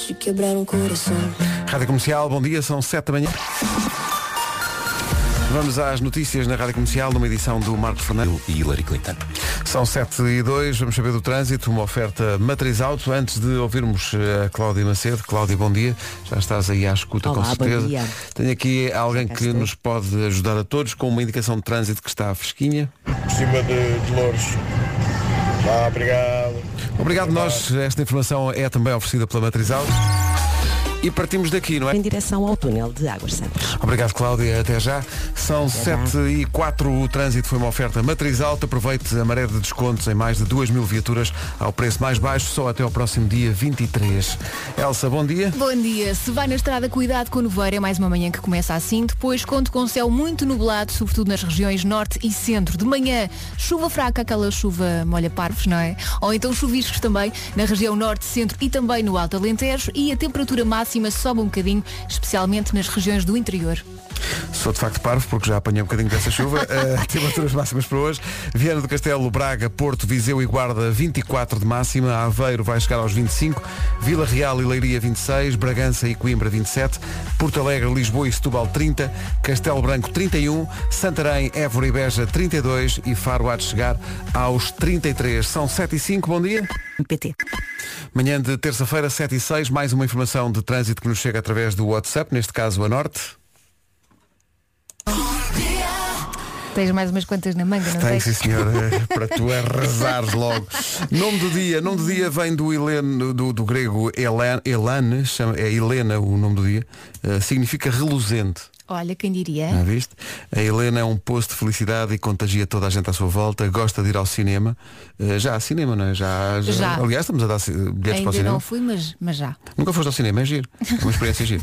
antes de quebrar um coração. Rádio Comercial, bom dia, são 7 da manhã. Vamos às notícias na Rádio Comercial, numa edição do Marcos Fernandes. e Hillary Clinton. São 7 e 2, vamos saber do trânsito, uma oferta matriz alto. Antes de ouvirmos eh, a Cláudia Macedo, Cláudia, bom dia. Já estás aí à escuta Olá, com bom certeza. dia. Tenho aqui alguém que estou. nos pode ajudar a todos com uma indicação de trânsito que está fresquinha. por cima de, de Louros. Ah, obrigado. Obrigado, nós. Esta informação é também oferecida pela matriz alto. E partimos daqui, não é? Em direção ao túnel de Águas Santas. Obrigado, Cláudia. Até já. São 7 e 4. O trânsito foi uma oferta matriz alta. Aproveite a maré de descontos em mais de 2 mil viaturas ao preço mais baixo, só até ao próximo dia 23. Elsa, bom dia. Bom dia. Se vai na estrada, cuidado com o nevoeiro. É mais uma manhã que começa assim. Depois conto com céu muito nublado, sobretudo nas regiões norte e centro. De manhã, chuva fraca, aquela chuva molha parvos, não é? Ou então chuviscos também na região norte, centro e também no Alto Alentejo. E a temperatura máxima sobe um bocadinho, especialmente nas regiões do interior. Sou de facto parvo, porque já apanhei um bocadinho dessa chuva. Eh, Temperaturas máximas para hoje. Viana do Castelo, Braga, Porto, Viseu e Guarda, 24 de máxima. Aveiro vai chegar aos 25. Vila Real e Leiria, 26. Bragança e Coimbra, 27. Porto Alegre, Lisboa e Setúbal, 30. Castelo Branco, 31. Santarém, Évora e Beja, 32. E Faro há de chegar aos 33. São 7 e 5, bom dia. PT. Manhã de terça-feira, 7 e 6. Mais uma informação de trânsito que nos chega através do WhatsApp, neste caso a Norte. Tens mais umas quantas na manga, não Tem, tens? sim senhor, Eh, para tu arrasares logo. Nome do dia, nome do dia vem do, Heleno, do, do grego Elan, Elane, chama- é Helena o nome do dia, Eh, significa reluzente. Olha, quem diria? Já viste? A Helena é um poço de felicidade e contagia toda a gente à sua volta, gosta de ir ao cinema. Eh, já há cinema, não é? Já, já- Já. Aliás, estamos a dar ci- bilhetes para o Ainda cinema. não fui, mas, mas já. Nunca foste ao cinema, é giro. É uma experiência gira.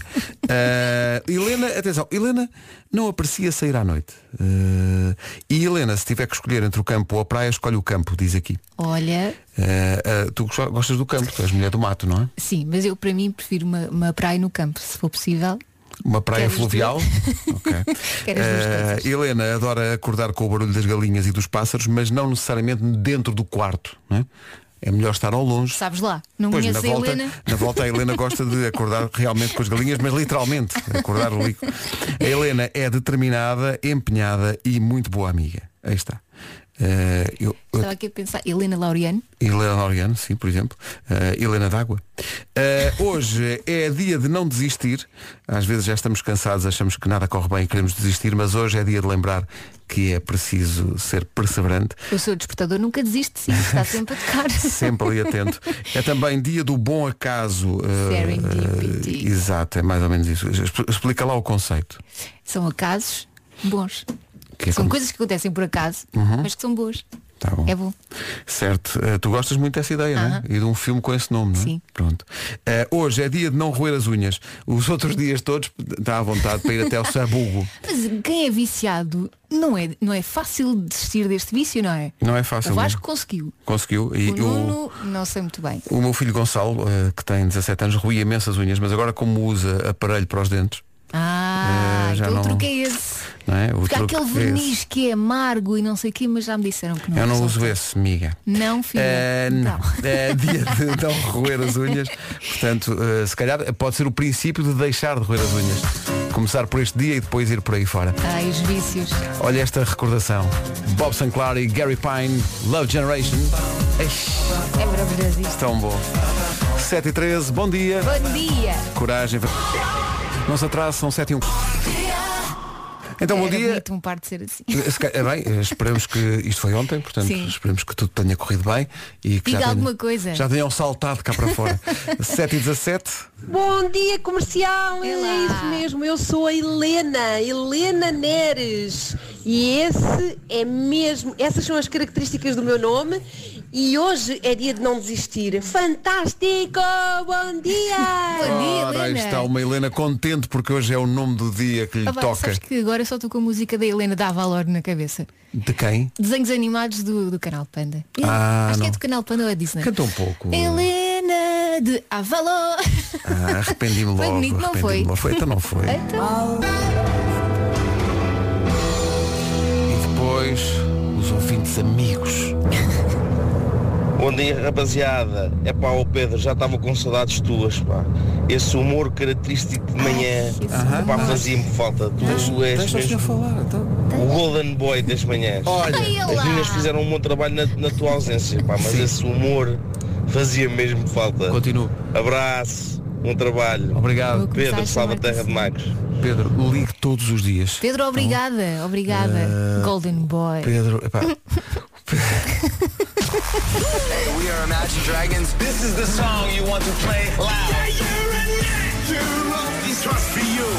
Eh, Helena, atenção, Helena não aprecia sair à noite. Eh, e Helena, se tiver que escolher entre o campo ou a praia, escolhe o campo, diz aqui. Olha, Eh, eh, tu gostas- gostas do campo, tu és mulher do mato, não é? sim, mas eu para mim prefiro uma, uma praia no campo, se for possível. Uma praia Queres fluvial. Ok. Queres duas Eh, coisas. Helena adora acordar com o barulho das galinhas e dos pássaros, mas não necessariamente dentro do quarto. Não é? é melhor estar ao longe. Sabes lá, não Pois, na conheço a volta, Helena. na volta a Helena gosta de acordar realmente com as galinhas, mas literalmente, acordar o líquido. A Helena é determinada, empenhada e muito boa amiga. Aí está. Eh, eu, eu- Estava aqui a pensar, Helena Laureano. Helena Noriano, sim, por exemplo. Eh, Helena d'Água. Eh, hoje é dia de não desistir. Às vezes já estamos cansados, achamos que nada corre bem e queremos desistir, mas hoje é dia de lembrar que é preciso ser perseverante O seu despertador nunca desiste, sim, está sempre a tocar. sempre ali atento. É também dia do bom acaso. eh, Serendipity. eh, exato, é mais ou menos isso. Exp- Explica lá o conceito. São acasos bons. Que é são como- Uhum. coisas que acontecem por acaso, mas que são boas. Tá bom. É bom. Certo. Eh, tu gostas muito dessa ideia, não é? E de um filme com esse nome, não é? Sim. Pronto. Eh, hoje é dia de não roer as unhas. Os outros dias todos está à vontade para ir até ao sabugo. Mas quem é viciado não é, não é fácil desistir deste vício, não é? Não é fácil. o não é? Vasco conseguiu. Conseguiu. E O o- Nuno, não sei muito bem. O meu filho Gonçalo, eh, que tem 17 anos, roía imensas unhas, mas agora como usa aparelho para os dentes, Ah, Eh, já então não- o truque é esse. não é? O Porque há truque aquele é esse. verniz que é amargo e não sei o quê, mas já me disseram que não Eu não resulta. uso esse, miga. Não, filha. então. Eh, não. não. É dia de não roer as unhas. Portanto, eh, se calhar pode ser o princípio de deixar de roer as unhas. Começar por este dia e depois ir por aí fora. Ai, os vícios. Olha esta recordação. Bob Sinclair e Gary Pine, Love Generation. Eish, É maravilhoso isto. tão bom. 7 e 13, bom dia. Bom dia. Coragem. Não se atrase, são 7 e 1. Então, bom Era dia. bonito um par de ser assim. Se ca- é Bem, eh, esperamos que isto foi ontem, portanto, Sim. esperamos que tudo tenha corrido bem e que Diga já, alguma coisa. já tenham saltado cá para fora. 7 e 17 Bom dia, comercial! É Olá. isso mesmo, eu sou a Helena, Helena Neres. E esse é mesmo, essas são as características do meu nome. E hoje é dia de não desistir. Fantástico! Bom dia! Bom dia, Ora, aí Helena. está uma Helena contente porque hoje é o nome do dia que lhe Ah, pá, toca. Sabes que agora só estou com a música da Helena da Valor na cabeça. De quem? Desenhos animados do, do canal Panda. Ah, Acho que é não. do canal Panda ou é Disney. Canta um pouco. Helena de Avalor. Ah, arrependi-me logo. Foi bonito, não arrependi-me foi? logo. Então não foi. Então, E depois, os ouvintes amigos. Bom dia, rapaziada. É pá, o Pedro, já estava com saudades tuas, pá. Esse humor característico de manhã, Aham. pá, fazia-me falta. Tu és Deixa-me mesmo falar, então. o Golden Boy das manhãs. Olha, As meninas fizeram um bom trabalho na, na tua ausência, pá, mas esse humor fazia mesmo falta. continuo. Abraço, bom trabalho. Obrigado, Vou começar a Pedro, salva a chamar-te terra de assim. Magos. Pedro. Ligue todos os dias. Pedro, obrigada, obrigada. Golden Boy. Então, eh, Pedro, epá. We are Imagine Dragons. This is the song you want to play loud. This one's for you.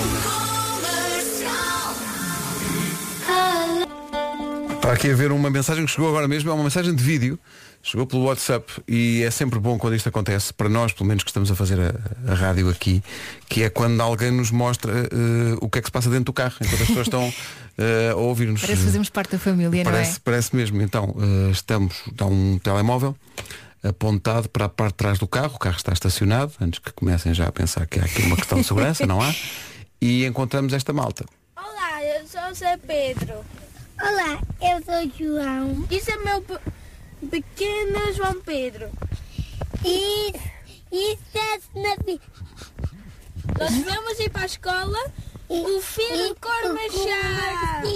Está aqui a ver uma mensagem que chegou agora mesmo, é uma mensagem de vídeo, chegou pelo WhatsApp e é sempre bom quando isto acontece, para nós pelo menos que estamos a fazer a, a rádio aqui, que é quando alguém nos mostra eh, o que é que se passa dentro do carro, enquanto as pessoas estão eh, a ouvir-nos. Parece que fazemos parte da família, é? Parece, parece mesmo. Então, eh, estamos, está um telemóvel apontado para a parte de trás do carro, o carro está estacionado, antes que comecem já a pensar que há aqui uma questão de segurança, não há? E encontramos esta malta. Olá, eu sou o Zé Pedro. Olá, eu sou o João. Isso é meu pe- pequeno João Pedro. Isso, isso é Nós vamos ir para a escola. O filho cor machado.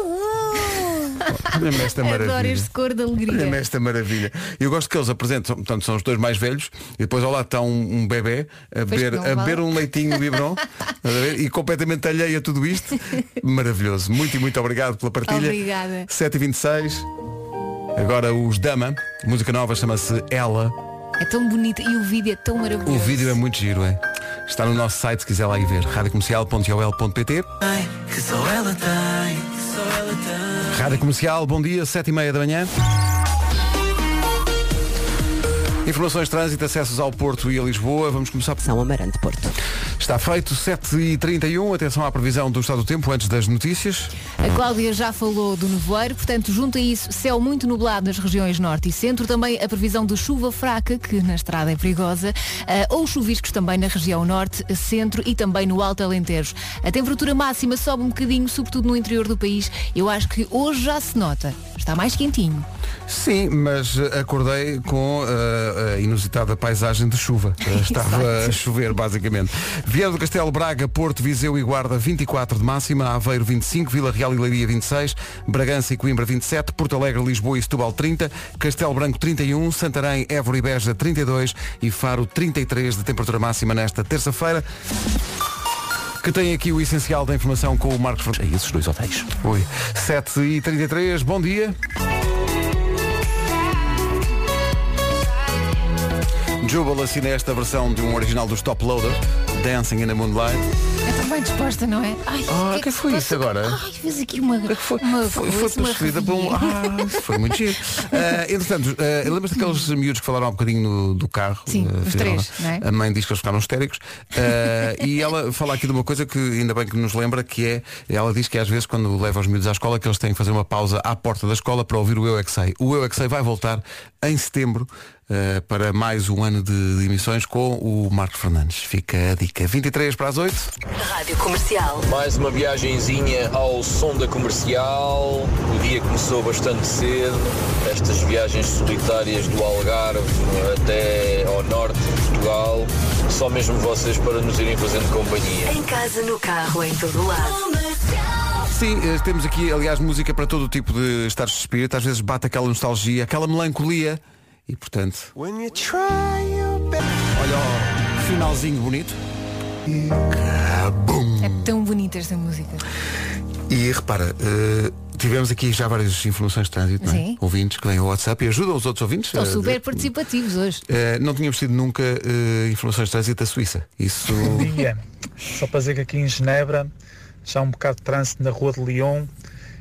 Uhul. Olha-me esta não é? Adoro maravilha. este cor de Olha-me alegria. esta maravilha. Eu gosto que eles apresentam, portanto, são os dois mais velhos, e depois ao lado está um, um bebê a beber, não a vale. beber um leitinho no biberon estás a ver? e completamente alheio a tudo isto. Maravilhoso. Muito e muito obrigado pela partilha. Obrigada. 7h26. Agora os Dama. Música nova chama-se Ela. É tão bonita e o vídeo é tão maravilhoso. O vídeo é muito giro, é? Está no nosso site se quiser lá ir ver. radiocomercial.ol.pt Que só ela tem, que só ela tem. Rádio Comercial, bom dia, 7 e meia da manhã. Informações de trânsito, acessos ao Porto e a Lisboa. Vamos começar por São Amarante Porto. Está feito, 7h31, atenção à previsão do estado do tempo antes das notícias. A Cláudia já falou do nevoeiro, portanto, junto a isso, céu muito nublado nas regiões norte e centro, também a previsão de chuva fraca, que na estrada é perigosa, eh, ou chuviscos também na região norte, centro e também no Alto Alentejo. A temperatura máxima sobe um bocadinho, sobretudo no interior do país. Eu acho que hoje já se nota. Está mais quentinho. Sim, mas eh, acordei com eh, a inusitada paisagem de chuva. Eh, Estava a chover, basicamente. Vieira do Castelo, Braga, Porto, Viseu e Guarda, 24 de máxima, Aveiro, 25, Vila Real e Leiria, 26, Bragança e Coimbra, 27, Porto Alegre, Lisboa e Setúbal, 30, Castelo Branco, 31, Santarém, Évora e Beja, 32 e Faro, 33 de temperatura máxima nesta terça-feira. que tem aqui o essencial da informação com o Marcos Fernandes. É esses dois hotéis. Oi. 7 e 33 bom dia. Jubal assina esta versão de um original dos Top Loader, Dancing in the Moonlight. É tão bem disposta, não é? Ai, Ah, o que se foi passa? isso agora? é Ai, fez aqui uma. Foi, uma foi, coisa, foi uma perseguida por um. arrepia. Ah, isso foi muito giro. Ah, entretanto, ah, lembras daqueles miúdos que falaram há um bocadinho no- do carro? Sim, Ah, os fizeram- três, não é? A mãe diz que eles ficaram histéricos. Ah, e ela fala aqui de uma coisa que ainda bem que nos lembra, que é, ela diz que às vezes quando leva os miúdos à escola que eles têm que fazer uma pausa à porta da escola para ouvir o Eu é que sei. O Eu é que sei vai voltar em setembro. ah, para mais um ano de, de emissões com o Marcos Fernandes. Fica a dica. 23 para as 8. Rádio Comercial. Mais uma viagenzinha ao som da comercial. O dia começou bastante cedo. Estas viagens solitárias do Algarve até ao norte de Portugal. Só mesmo vocês para nos irem fazendo companhia. Em casa, no carro, em todo lado. Sim, eh, temos aqui, aliás, música para todo o tipo de estados de espírito. Às vezes bate aquela nostalgia, aquela melancolia. E, portanto... Olha o finalzinho bonito. É tão bonita esta música. E repara, eh, tivemos aqui já várias informações de trânsito, não é? Sim. Ouvintes que vêm ao WhatsApp e ajudam os outros ouvintes. Estão eh, super participativos hoje. eh, não tínhamos tido nunca eh, informações de trânsito da Suíça. Isso... dia. é. Só para dizer que aqui em Genebra já há um bocado de trânsito na rua de Lyon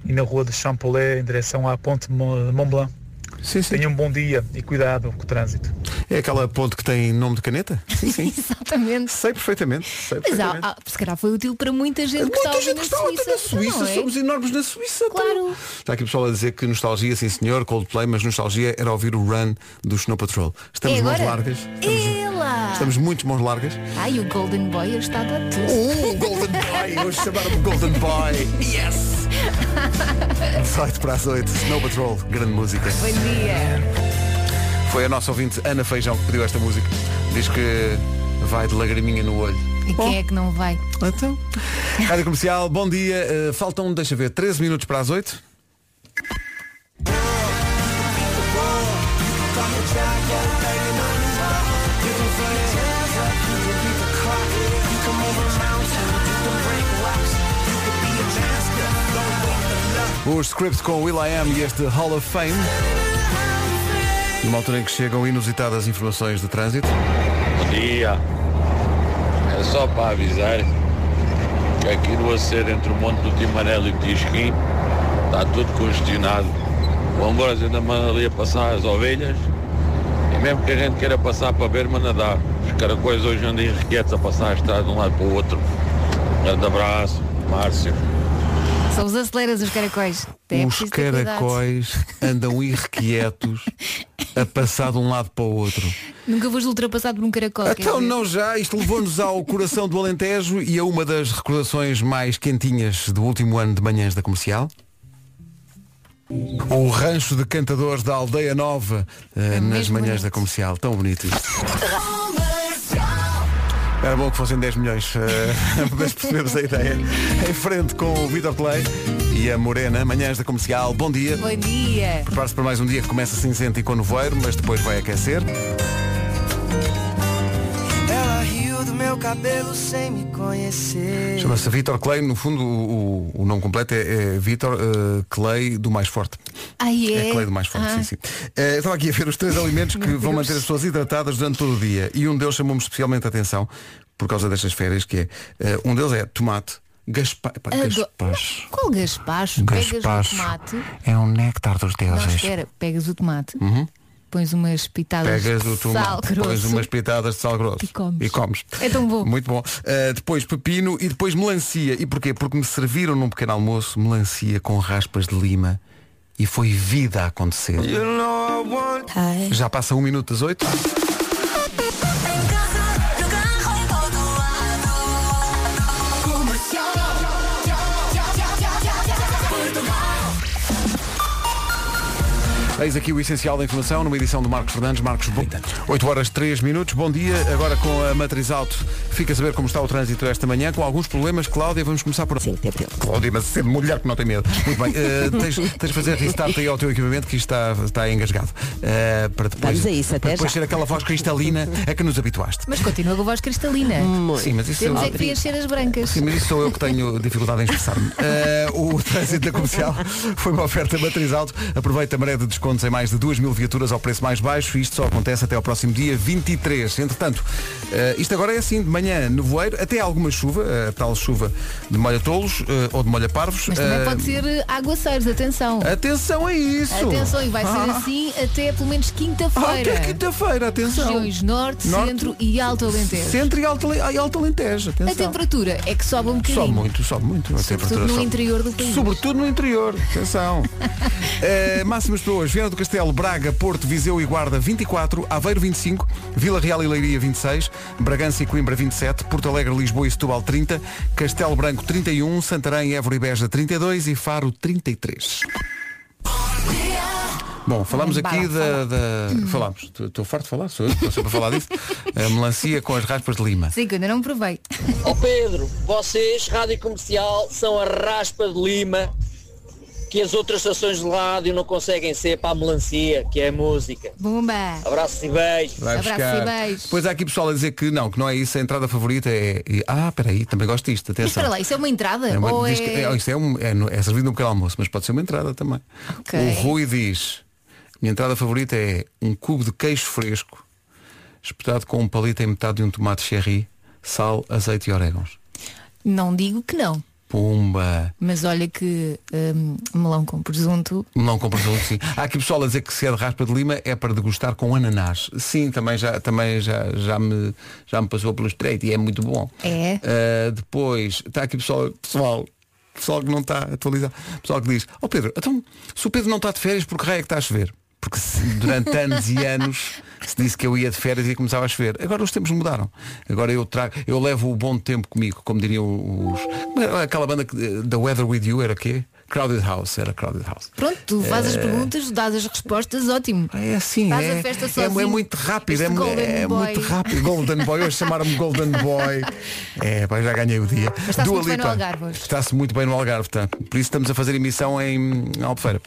e na rua de Champollet em direção à ponte de Mont- de Mont Blanc. sim, sim. Tenham um bom dia e cuidado com o trânsito. É aquela ponte que tem nome de caneta? Sim, sim. Exatamente. sei perfeitamente. Sei Mas há, perfeitamente. há, se calhar foi útil para muita gente que está a Muita ouvir gente É na que está Suíça. até na Suíça, não é? somos enormes na Suíça. então. Claro. Está aqui o pessoal a dizer que nostalgia, sim senhor, Coldplay, mas nostalgia era ouvir o run do Snow Patrol. Estamos É mãos agora? largas. Estamos, Ela! estamos muito mãos largas. Ai, o Golden Boy está a dar tudo. Uh, Golden Boy! Hoje chamaram-me Golden Boy! Yes! 18 para as 8, Snow Patrol, grande música. Bom dia. Foi a nossa ouvinte Ana Feijão que pediu esta música. Diz que vai de lagriminha no olho. E quem é que não vai? Então. Rádio Comercial, bom dia. Uh, faltam, deixa ver, 13 minutos para as 8. Os scripts com Will I Am e este Hall of Fame. Numa altura em que chegam inusitadas informações de trânsito. Bom dia. É só para avisar que aqui no acerto entre o Monte do Timarelo e o Tisquim está tudo congestionado. O Ambrose ainda manda ali a passar as ovelhas e mesmo que a gente queira passar para ver, manda dar. Os caracóis hoje andam irrequietos a passar a estrada de um lado para o outro. Grande abraço, Márcio. São os aceleras, os caracóis. É Os preciso ter cuidado. caracóis andam irrequietos a passar de um lado para o outro. Nunca vos ultrapassado por um caracol. quer Então dizer. não já, isto levou-nos ao coração do Alentejo e a uma das recordações mais quentinhas do último ano de manhãs da comercial. O rancho de cantadores da Aldeia Nova eh, É nas mesmo manhãs bonito. da comercial. Tão bonito isto. Era bom que fossem 10 milhões, eh, mas percebemos a ideia. Em frente com o Vitor Play e a Morena, manhãs da comercial. Bom dia. Bom dia. Prepare-se para mais um dia que começa cinzento e com nevoeiro, mas depois vai aquecer. Ela riu do meu cabelo sem me conhecer. Chama-se Vitor Clay, no fundo o, o- o nome completo é, é Vitor eh, Clay do Mais Forte. Ai, é. É Clay do Mais Forte, Ah. sim, sim. Eh, eu estava aqui a ver os três alimentos que vão manter as pessoas hidratadas durante todo o dia. E um deles chamou-me especialmente a atenção, por causa destas férias, que é, eh, um deles é tomate, gaspa, pá, Ado- gaspacho. Ah, Qual Um gaspacho? Pegas Gaspacho. o tomate. É um néctar dos Não, deuses. espera. Pegas o tomate. Uhum. Pões umas pitadas Pegas o de sal tomate, pões grosso. umas pitadas de sal grosso E comes. comes. É tão bom. Muito bom. Uh, depois pepino e depois melancia. E porquê? Porque me serviram num pequeno almoço melancia com raspas de lima e foi vida a acontecer. You know I want Já passa um minuto das oito. Eis aqui o essencial da informação numa edição do Marcos Fernandes. Marcos, bom. 8 horas 3 minutos. Bom dia. Agora com a matriz alto. Fica a saber como está o trânsito esta manhã. Com alguns problemas, Cláudia, vamos começar por... Sim, tempo. Cláudia, mas sendo mulher que não tem medo. Muito bem. Eh, tens, tens de fazer restart aí ao teu equipamento que isto está, está engasgado. Eh, para depois, Vamos a isso, para até depois já. ser aquela voz cristalina a que nos habituaste. Mas continua com a voz cristalina. Sim, mas isso Temos eu- é que preencher as brancas. Hum, Sim, mas isso sou eu que tenho dificuldade em expressar-me. Eh, o trânsito da comercial foi uma oferta matriz alto. Aproveita a maré de descontos em mais de 2 mil viaturas ao preço mais baixo e isto só acontece até ao próximo dia 23. Entretanto, eh, isto agora é assim, de manhã nevoeiro, até alguma chuva, a tal chuva de molha tolos eh, ou de molha parvos. Mas também Eh, pode ser eh, aguaceiros, atenção. Atenção a Ah, isso! Atenção, e vai ser Ah, assim até pelo menos ah, até quinta-feira. quinta-feira, atenção! Regiões norte, Norte, centro e alto alentejo. Centro e alto, Ale- e alto alentejo, A atenção. temperatura é que sobe um bocadinho. Sobe muito, sobe muito. A temperatura Sobretudo no sobe. interior do país. Sobretudo no interior, atenção. Eh, máximas para hoje, Viana do Castelo, Braga, Porto, Viseu e Guarda 24, Aveiro 25, Vila Real e Leiria 26, Bragança e Coimbra 27, Porto Alegre, Lisboa e Setúbal 30, Castelo Branco 31, Santarém, Évora e Beja 32 e Faro 33. Bom, falámos Bora, aqui da... da... Falámos, estou farto de falar, sou eu, estou sempre a falar disso. A melancia com as raspas de lima. Sim, que eu ainda não provei. Ó Pedro, vocês, Rádio Comercial, são a raspa de Lima que as outras estações de rádio não conseguem ser para a melancia, que é a música. Bomba! Abraços e beijos. Vai Abraço buscar. e beijos. Pois há aqui pessoal a dizer que não, que não é isso, a entrada favorita é. e- Ah, peraí, também gosto disto, Mas atenção. espera lá, isso é uma entrada? É uma- Ou é... diz que- é, isto é, um, é, no- é servido no pequeno almoço, mas pode ser uma entrada também. Ok. O Rui diz, minha entrada favorita é um cubo de queijo fresco, espetado com um palito em metade de um tomate cherry, sal, azeite e orégãos. Não digo que não. Pumba! Mas olha que hum, melão com presunto. Não compras presunto, sim. Há aqui pessoal a dizer que se é de raspa de lima é para degustar com ananás. Sim, também já, também já, já, me, já me passou pelo estreito e é muito bom. É. Uh, depois, está aqui pessoal, pessoal, pessoal que não está atualizado, pessoal que diz, ó Pedro, então, se o Pedro não está de férias, por que raio é que está a chover? Porque se- durante anos e anos se disse que eu ia de férias e começava a chover. Agora os tempos mudaram. Agora eu trago, eu é levo o bom tempo comigo, como diriam os. Mas Aquela banda que, eh, da Weather With You era quê? Crowded House, era Crowded House. Pronto, tu fazes as Eh, perguntas, dás as respostas, ótimo. É assim, Faz é, a festa é- sozinho. é muito rápido, Este é, mu- Golden é Boy. muito rápido. Golden Boy, hoje chamaram-me Golden Boy. É, pá, já ganhei o dia. Mas está-se Dua muito bem no Lipa. Algarve hoje. Está-se muito bem no Algarve, tá? Por isso estamos a fazer emissão em Albufeira.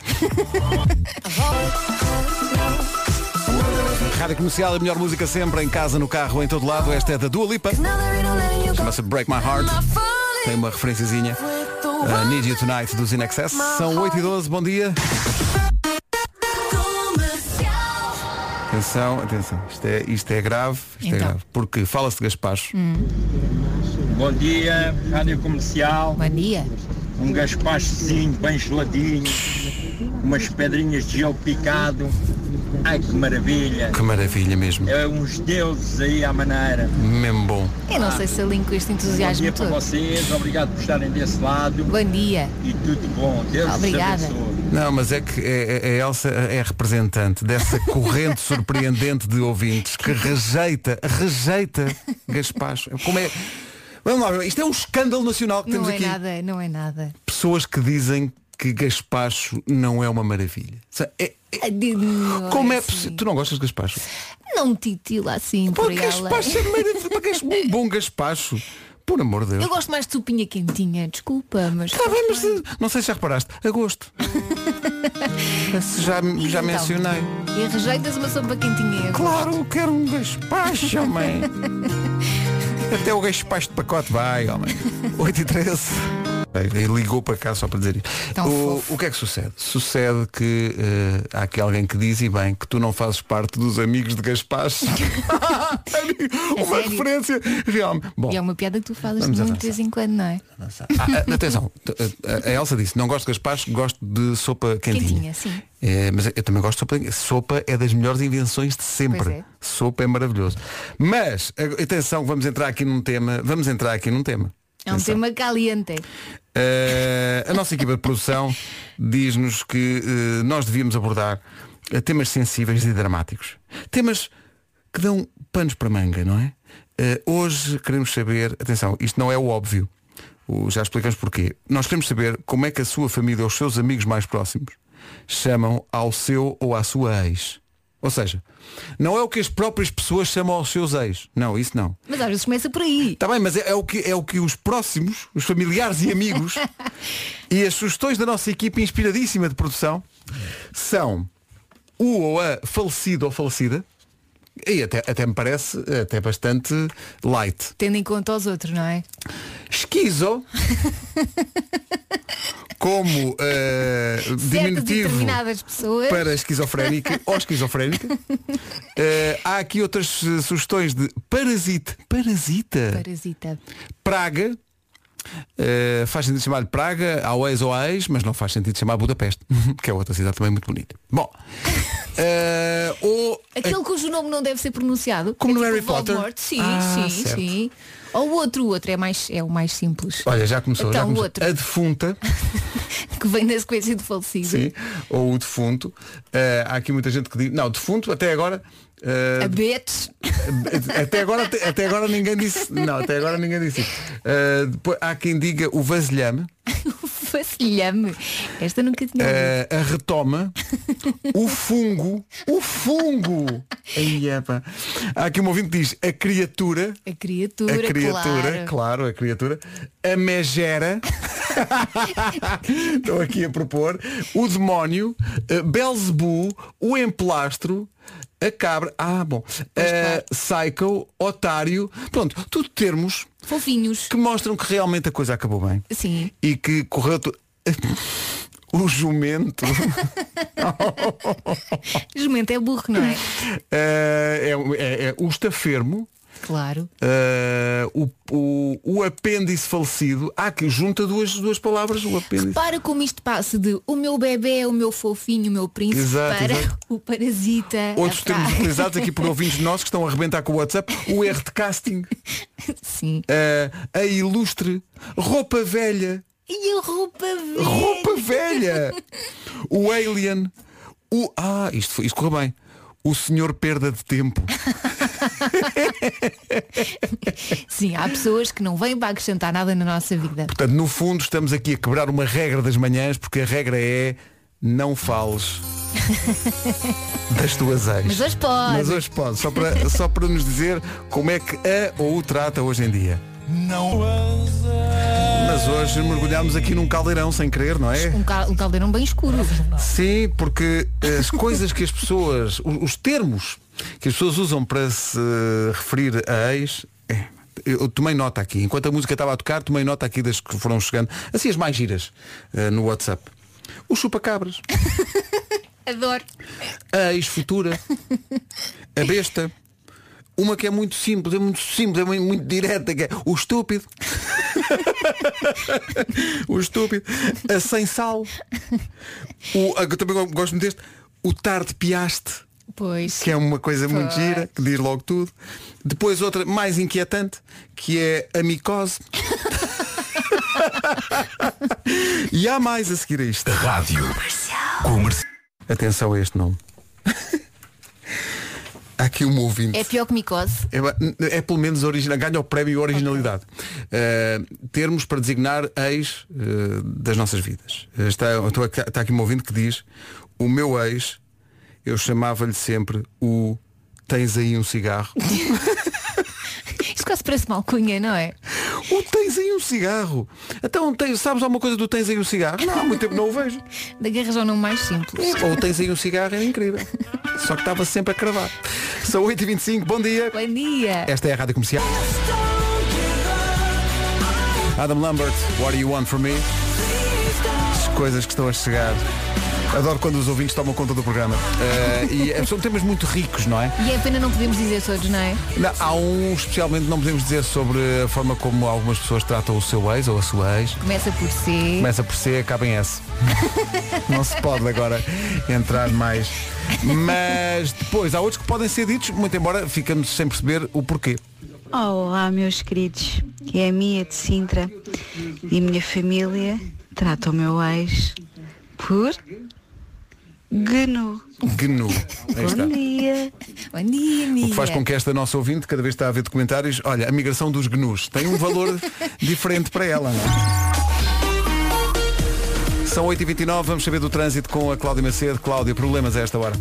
Rádio Comercial, a melhor música sempre, em casa, no carro, em todo lado. Esta é da Dua Lipa. Chama-se Break My Heart. Tem uma referenciazinha. A Need You Tonight dos In Excess. São 8 e 12 bom dia. Atenção, atenção. Isto é, isto é grave, isto é Então. grave. Porque fala-se de gaspacho. Bom dia, Rádio Comercial. Bom dia. Um gaspachozinho bem geladinho, umas pedrinhas de gel picado. Ai que maravilha! Que maravilha mesmo. É uns deuses aí à maneira. Mesmo bom. Eu não sei se alinco este Bom entusiasmo dia para todo. vocês, obrigado por estarem desse lado Bom dia. e tudo bom. Deus vos Obrigada. abençoe. Não, mas é que é- é- a Elsa é representante dessa corrente surpreendente de ouvintes que rejeita, rejeita gaspacho. Como é. Vamos lá, isto é um escândalo nacional que Não temos é aqui. nada, não é nada. Pessoas que dizem que gaspacho não é uma maravilha. Sa- é- é- como é possível? Tu não gostas de gaspacho? Não me titila assim Pô, por aí além. gaspacho é maravilhoso. Pá, gas- Um bom gaspacho. Por amor de Deus. Eu gosto mais de sopinha quentinha, desculpa, mas. Tá bem, mas eh, não sei se já reparaste. Agosto. Esse já já Então, mencionei. E rejeitas uma sopa quentinha. Claro, quero um gaspacho, homem. Até o gaspacho de pacote vai, homem. 8 e 13. Ele ligou para cá só para dizer isto. Tão O, o que é que sucede? Sucede que eh, há aqui alguém que diz, e bem, que tu não fazes parte dos amigos de Gaspacho. Uma referência realmente. Bom, É E é uma piada que tu falas Vamos muito de avançar. vez em quando, não é? Ah, ah, atenção, t- a a Elsa disse, não gosto de gaspacho, gosto de sopa quentinha. Quentinha, sim. É, mas eu também gosto de sopa. quentinha. Sopa é das melhores invenções de sempre. Pois é. Sopa é maravilhoso. Mas, a- atenção, vamos entrar aqui num tema. Vamos entrar aqui num tema. É um tema caliente. Eh, a nossa equipa de produção diz-nos que eh, nós devíamos abordar eh, temas sensíveis e dramáticos. Temas que dão panos para manga, não é? Eh, hoje queremos saber, atenção, isto não é o óbvio, O- já explicamos porquê. Nós queremos saber como é que a sua família ou os seus amigos mais próximos chamam ao seu ou à sua ex. Ou seja, não é o que as próprias pessoas chamam aos seus ex. Não, isso não. Mas às vezes começa por aí. Está bem, mas é, é o que, é o que os próximos, os familiares e amigos e as sugestões da nossa equipe inspiradíssima de produção são o ou a falecido ou falecida e até, até me parece até bastante light. Tendo em conta aos outros, não é? Esquizo como eh, Certas diminutivo determinadas pessoas. para esquizofrénica ou esquizofrénica. Eh, há aqui outras eh, sugestões de parasita. Parasita. Parasita. Praga. Eh, faz sentido chamar-lhe Praga, ao ex ou à ex, mas não faz sentido chamar Budapeste, que é outra cidade também muito bonita. Bom, eh, ou Aquele cujo nome não deve ser pronunciado. Como é tipo no Harry Potter? Voldemort. Sim, Ah, sim, certo. sim. Ou o outro, o outro é, mais, é o mais simples. olha, já começou, Então, já começou. o outro, a defunta, que vem na sequência de falecido. sim, ou o defunto. Eh, há aqui muita gente que diz, não, defunto até agora. eh, A Betes. até agora até, até agora ninguém disse não até agora ninguém disse isso. Uh, depois há quem diga o vasilhame Facilhame. Esta nunca tinha ouvido. uh, a retoma o fungo o fungo Aí, epa. há aqui um ouvinte que diz a criatura A criatura, a criatura claro. claro. a criatura a megera estou aqui a propor o demónio uh, Belzebu o emplastro a cabra, ah bom, uh, psycho, otário, pronto, tudo termos Fofinhos. que mostram que realmente a coisa acabou bem Sim. e que correu tu- o jumento Jumento é burro, não é? eh, é, é- é o estafermo Claro. eh, o, o, o apêndice falecido há que junta duas, duas palavras o apêndice Para como isto passa de o meu bebê, o meu fofinho, o meu príncipe Exato, para exato. o parasita. Outros a praga. termos utilizados aqui por um- ouvintes nossos que estão a arrebentar com o WhatsApp, o erro de casting, Sim. eh, a ilustre, roupa velha, E a roupa velha. Roupa velha! O Alien. O. Ah, isto, foi- isto correu bem. O senhor perda de tempo. Sim, há pessoas que não vêm para acrescentar nada na nossa vida. Portanto, no fundo, estamos aqui a quebrar uma regra das manhãs, porque a regra é não fales das tuas ex. Mas hoje pode. Mas hoje pode, só para, só para nos dizer como é que a ou o trata hoje em dia. Não. Mas hoje mergulhámos aqui num caldeirão sem querer, não é? Um, cal- um caldeirão bem escuro. Sim, porque eh, as coisas que as pessoas, o- os termos que as pessoas usam para se eh, referir a ex, é, eu tomei nota aqui. Enquanto a música estava a tocar, tomei nota aqui das que foram chegando, assim as mais giras, eh, no WhatsApp. O chupa-cabras, Adoro. a ex-futura, a besta, uma que é muito simples, é muito simples, é muito, muito direta, que é o estúpido. o estúpido. A sem sal. O, a, que eu também gosto muito deste. O tarde piaste. Pois. Que é uma coisa muito Pois. gira, que diz logo tudo. Depois outra mais inquietante, que é a micose. e há mais a seguir a isto. Rádio Comercial. Atenção a este nome. há aqui um ouvinte. É pior que micose. É, ba- é pelo menos original, ganha o prémio originalidade. Uh, termos para designar ex uh, das nossas vidas. Uh, está, eu estou aqui- está aqui um ouvinte que diz, o meu ex, eu chamava-lhe sempre o tens aí um cigarro. Isto quase parece uma alcunha, não é? o tens aí um cigarro. Então tens, sabes alguma coisa do tens aí um cigarro? Não, há muito tempo não o vejo. Da guerra já não mais simples. Ou tens aí um cigarro, era incrível. Só que estava sempre a cravar. São 8h25, bom dia. Bom dia. Esta é a Rádio Comercial. Adam Lambert, What Do You Want From Me? As coisas que estão a chegar. Adoro quando os ouvintes tomam conta do programa. Eh, e são temas muito ricos, não é? E é pena não podemos dizer todos, não é? Não, há um especialmente não podemos dizer sobre a forma como algumas pessoas tratam o seu ex ou a sua ex. Começa por si. Começa por C, acaba em S. Não se pode agora entrar mais. Mas depois há outros que podem ser ditos, muito embora ficamos sem perceber o porquê. Olá, meus queridos, que é a minha de Sintra e a minha família trata o meu ex por Gnu. GNU. Aí está. Bom dia. Bom dia, amiga. O que faz com que esta nossa ouvinte, cada vez está a ver documentários, olha, a migração dos gnus tem um valor diferente para ela. não é? São 8h29, vamos saber do trânsito com a Cláudia Macedo. Cláudia, problemas a esta hora?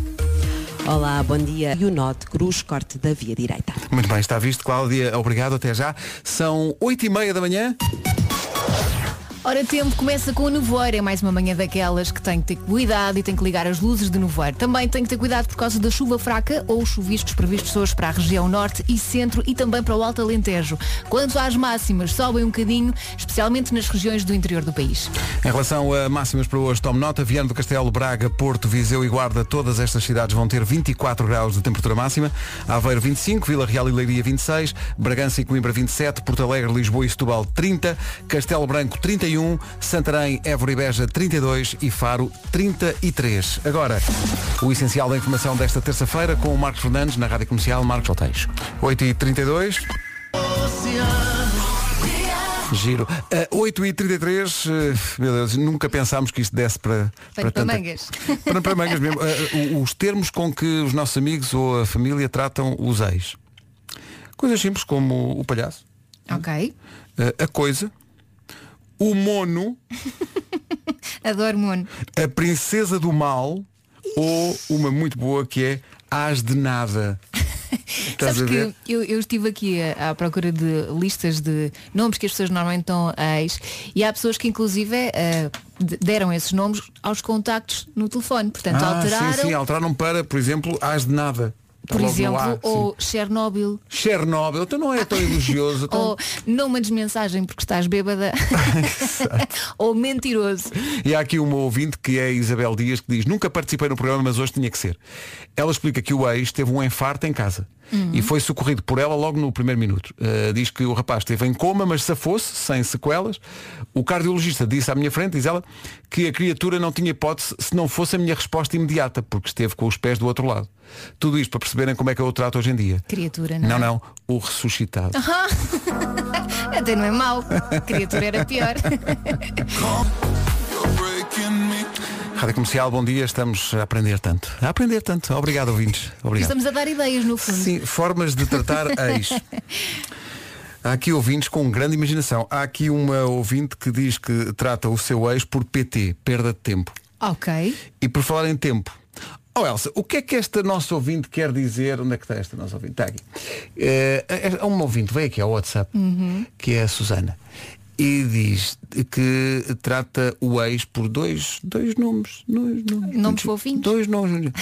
Olá, bom dia. E o Norte Cruz, corte da via direita. Muito bem, está visto, Cláudia. Obrigado, até já. São 8h30 da manhã. Ora, tempo começa com o nevoeiro. É mais uma manhã daquelas que tem que ter cuidado e tem que ligar as luzes de nevoeiro. Também tem que ter cuidado por causa da chuva fraca ou chuviscos previstos hoje para a região norte e centro e também para o Alto Alentejo. Quanto às máximas, sobem um bocadinho, especialmente nas regiões do interior do país. Em relação a máximas para hoje, tome nota, Viana do Castelo, Braga, Porto, Viseu e Guarda, todas estas cidades vão ter 24 graus de temperatura máxima, Aveiro 25, Vila Real e Leiria 26, Bragança e Coimbra 27, Porto Alegre, Lisboa e Setúbal 30, Castelo Branco 31, Santarém, Évora e Beja 32 e Faro 33. Agora, o essencial da informação desta terça-feira com o Marcos Fernandes na Rádio Comercial Marcos Oteis. 8h32. Giro. Ah, 8h33, eh, meu Deus, nunca pensámos que isto desse para, Para, tanta- mangas. Para, para mangas mesmo. Ah, o- os termos com que os nossos amigos ou a família tratam os ex. Coisas simples como o palhaço, Ok. ah, a coisa, o mono, Adoro, Mono. a princesa do mal ou uma muito boa que é as de nada. Estás Sabes a ver? que eu, eu estive aqui a- à procura de listas de nomes que as pessoas normalmente estão a ex e há pessoas que inclusive eh, de- deram esses nomes aos contactos no telefone. Portanto, Ah, alteraram, Sim, sim, alteraram para, por exemplo, as de nada. Está por logo no exemplo, ar, sim. ou Chernobyl, Chernobyl, então não é tão elogioso. então- ou não mandes mensagem porque estás bêbada, ou mentiroso. E há aqui uma ouvinte que é a Isabel Dias que diz Nunca participei no programa, mas hoje tinha que ser Ela explica que o ex teve um infarto em casa Uhum. E foi socorrido por ela logo no primeiro minuto Uh, Diz que o rapaz esteve em coma, mas se fosse, sem sequelas O cardiologista disse à minha frente, diz ela Que a criatura não tinha hipótese se não fosse a minha resposta imediata Porque esteve com os pés do outro lado Tudo isto para perceberem como é que eu o trato hoje em dia Criatura, não? Não, é? não, o ressuscitado Ahá. Até não é mau. Criatura era pior. Rádio Comercial, bom dia. Estamos a aprender tanto. A aprender tanto. Obrigado, ouvintes. Obrigado. Estamos a dar ideias, no fundo. Sim, formas de tratar ex. Há aqui ouvintes com grande imaginação. Há aqui uma ouvinte que diz que trata o seu ex por PT, perda de tempo. ok. E por falar em tempo. Oh Elsa, o que é que esta nossa ouvinte quer dizer? Onde é que está esta nossa ouvinte? Está aqui. Eh, É uma ouvinte, veio aqui ao WhatsApp, Uhum. que é a Susana, e diz que trata o ex por dois, dois nomes. Dois nomes, Nomes fofinhos. Dois nomes.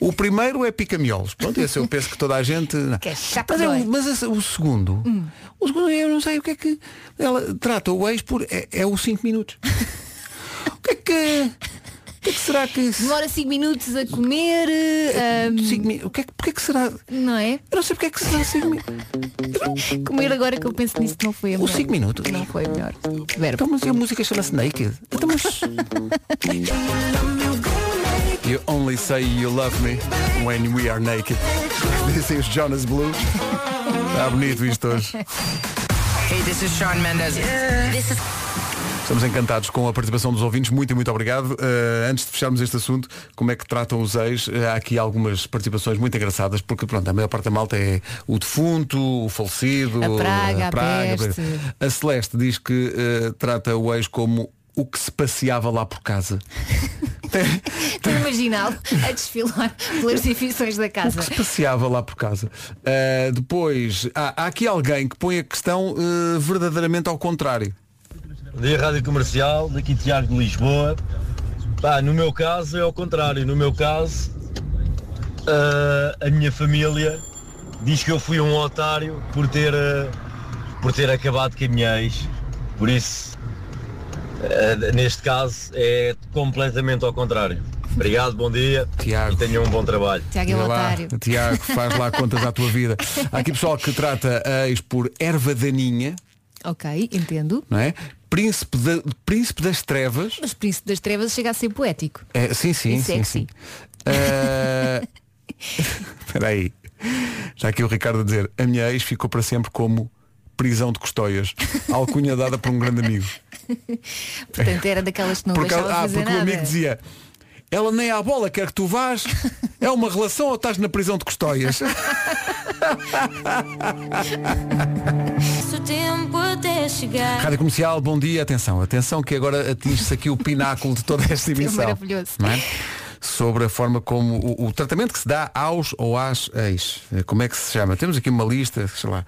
O primeiro é Picamiolos. Pronto, esse eu penso que toda a gente. Que é chato, mas é, dói. Hum. o- mas esse- o segundo. O segundo eu não sei o que é que. Ela trata o ex por. É, é o 5 minutos. o que é que. O que é que será que. Demora 5 minutos a comer. eh, Cinco mi- o que é que, porque é que será? Não é? Eu não sei porque é que será 5 minutos. Comer agora que eu penso nisso não foi a O melhor. 5 minutos. Não foi a melhor. Então, mas a música chama-se Naked. Então, mas... You only say you love me when we are naked. Dizem os Jonas Blue. Está bonito isto hoje. Hey, this is Sean Mendes. This is Estamos encantados com a participação dos ouvintes. Muito e muito obrigado. Uh, antes de fecharmos este assunto, como é que tratam os ex? Uh, há aqui algumas participações muito engraçadas, porque pronto, a maior parte da malta é o defunto, o falecido, A praga, a peste. A Celeste diz que uh, trata o ex como o que se passeava lá por casa. Estou a imaginá-lo a desfilar pelas divisões da casa. que se passeava lá por casa. Uh, depois, há, há aqui alguém que põe a questão uh, verdadeiramente ao contrário. Bom dia, Rádio Comercial, daqui Tiago de Lisboa. Pá, no meu caso é ao contrário, no meu caso ah, a minha família diz que eu fui um otário por ter, ah, por ter acabado com a minha ex. Por isso, ah, neste caso é completamente ao contrário. Obrigado, bom dia Tiago. e tenham um bom trabalho. Tiago é Olha um lá, otário. Tiago, faz lá contas à tua vida. Há aqui pessoal que trata a ex por erva daninha, Ok, entendo. não é? Príncipe, da- príncipe das trevas. Mas Príncipe das Trevas chega a ser poético. É, sim, sim, E sim, sexy. sim. Ah, Espera aí. Está aqui o Ricardo a dizer, a minha ex ficou para sempre como prisão de custóias, alcunha dada por um grande amigo. Portanto, era daquelas que não Por deixavam causa- ah, fazer porque o nada. amigo dizia, ela nem à bola quer que tu vás, é uma relação ou estás na prisão de custóias? Passo o tempo até chegar. Rádio Comercial, bom dia, atenção, atenção que agora atinge-se aqui o pináculo de toda esta emissão. maravilhoso. não é? Sobre a forma como o, o tratamento que se dá aos ou às ex. Eh, Como é que se chama? Temos aqui uma lista, sei lá,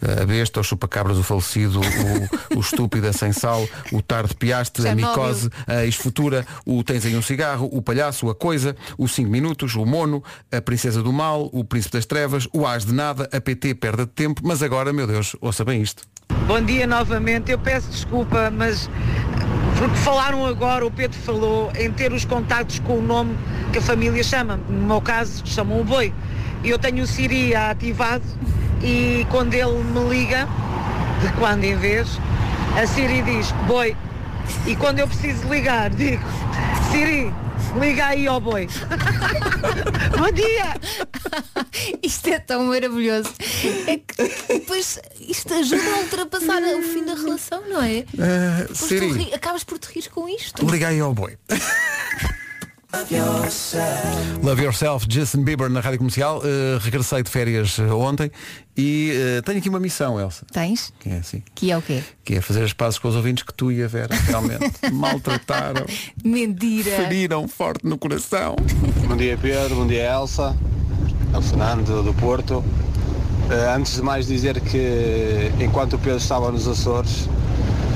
eh, a besta, o chupacabras, o falecido, o, o estúpida sem sal, o tar de piastre, a Chernobyl. micose, a ex-futura, o tens aí um cigarro, o palhaço, a coisa, o 5 minutos, o mono, a princesa do mal, o príncipe das trevas, o as de nada, a PT perda de tempo, mas agora, meu Deus, ouça bem isto. Bom dia novamente, eu peço desculpa, mas porque falaram agora, o Pedro falou, em ter os contactos com o nome que a família chama. No meu caso, chamam o boi. E Eu tenho o Siri ativado e quando ele me liga, de quando em vez, a Siri diz boi. E quando eu preciso ligar, digo Siri, liga aí ao boi. Bom dia! Isto é tão maravilhoso. É que depois isto ajuda a ultrapassar o fim da relação, não é? Eh, Depois tu Siri. ri- acabas por te rir com isto. Liga aí ao boi. Love Yourself, Justin Bieber na Rádio Comercial. Uh, regressei de férias uh, ontem e uh, tenho aqui uma missão, Elsa. Tens? Que é assim. Que é o quê? Que é fazer as pazes com os ouvintes que tu e a Vera realmente maltrataram, Mentira. feriram forte no coração. Bom dia Pedro, bom dia Elsa, é o Fernando do Porto. Eh, antes de mais dizer que enquanto o Pedro estava nos Açores,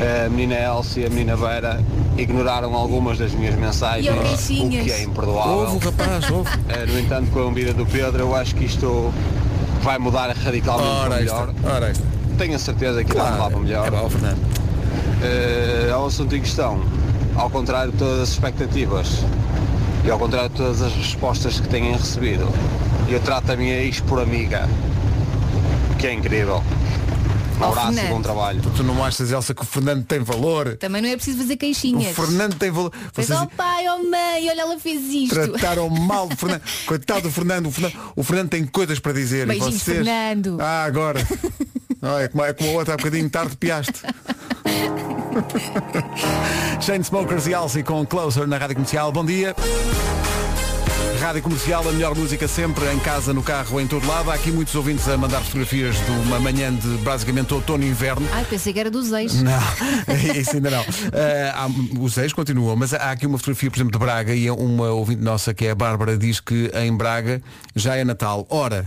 eh, a menina Elsa e a menina Vera ignoraram algumas das minhas mensagens, E o beijinhos. que é imperdoável. Ouve o rapaz, ouve. Eh, no entanto, com a vida do Pedro, eu acho que isto vai mudar radicalmente Ora, Ah, para aí está, melhor. Tenho a certeza que vai mudar para melhor. É bom, Fernando. Eh, ao assunto em questão, ao contrário de todas as expectativas e ao contrário de todas as respostas que têm recebido, eu trato a minha ex por amiga, o que é incrível. Um Oh, abraço e Fernando. bom trabalho. Tu não achas, Elsa, que o Fernando tem valor? Também não é preciso fazer O queixinhas. Fernando tem valor. Fez, Vocês oh pai, oh mãe, olha, ela fez isto. trataram mal o Fernando. Coitado do Fernando. O Fernando, o Fernando tem coisas para dizer. e Beijinhos, vocês... Fernando. Ah, agora. Ah, é como, é como a outra há bocadinho tarde piaste. Chainsmokers e Alcy com Closer na Rádio Comercial. Bom dia. Rádio Comercial, a melhor música sempre, em casa, no carro, em todo lado. Há aqui muitos ouvintes a mandar fotografias de uma manhã de basicamente outono e inverno. Ai, pensei que era dos ex. Não, isso ainda não. Eh, há- os ex continuam, mas há aqui uma fotografia, por exemplo, de Braga e uma ouvinte nossa, que é a Bárbara, diz que em Braga já é Natal. Ora,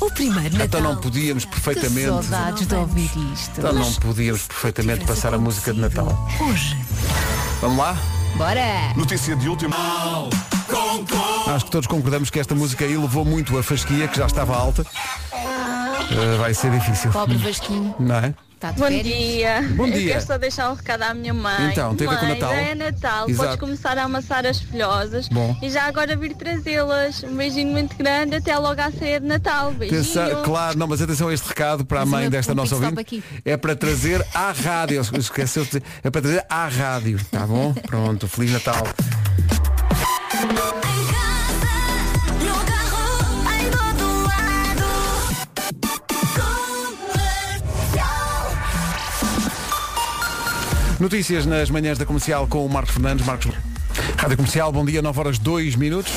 O primeiro então Natal. não podíamos Que perfeitamente. saudades de ouvir isto. Então não podíamos perfeitamente passar a música de Natal. Hoje. Vamos lá? Bora! Notícia de último. Acho que todos concordamos que esta música elevou muito a fasquia, que já estava alta. Eh, vai ser difícil. Pobre Vasquinho. Não é? Tá de Bom férias. dia. Bom Eu dia. quero só deixar um recado à minha mãe. Então, tem a mãe, ver com Natal? já é Natal. Exato. Podes começar a amassar as folhosas. Bom. E já agora vir trazê-las. Um beijinho muito grande. Até logo à ceia de Natal. Beijinho. Atenção- claro, não, mas atenção a este recado para a Mas mãe uma- desta um nossa pit stop ouvinte. aqui. É para trazer à rádio. Esqueceu de dizer. É para trazer à rádio. Tá bom? Pronto, Feliz Natal. Notícias nas manhãs da comercial com o Marcos Fernandes. Marcos... Rádio Comercial, bom dia, 9 horas 2 minutos.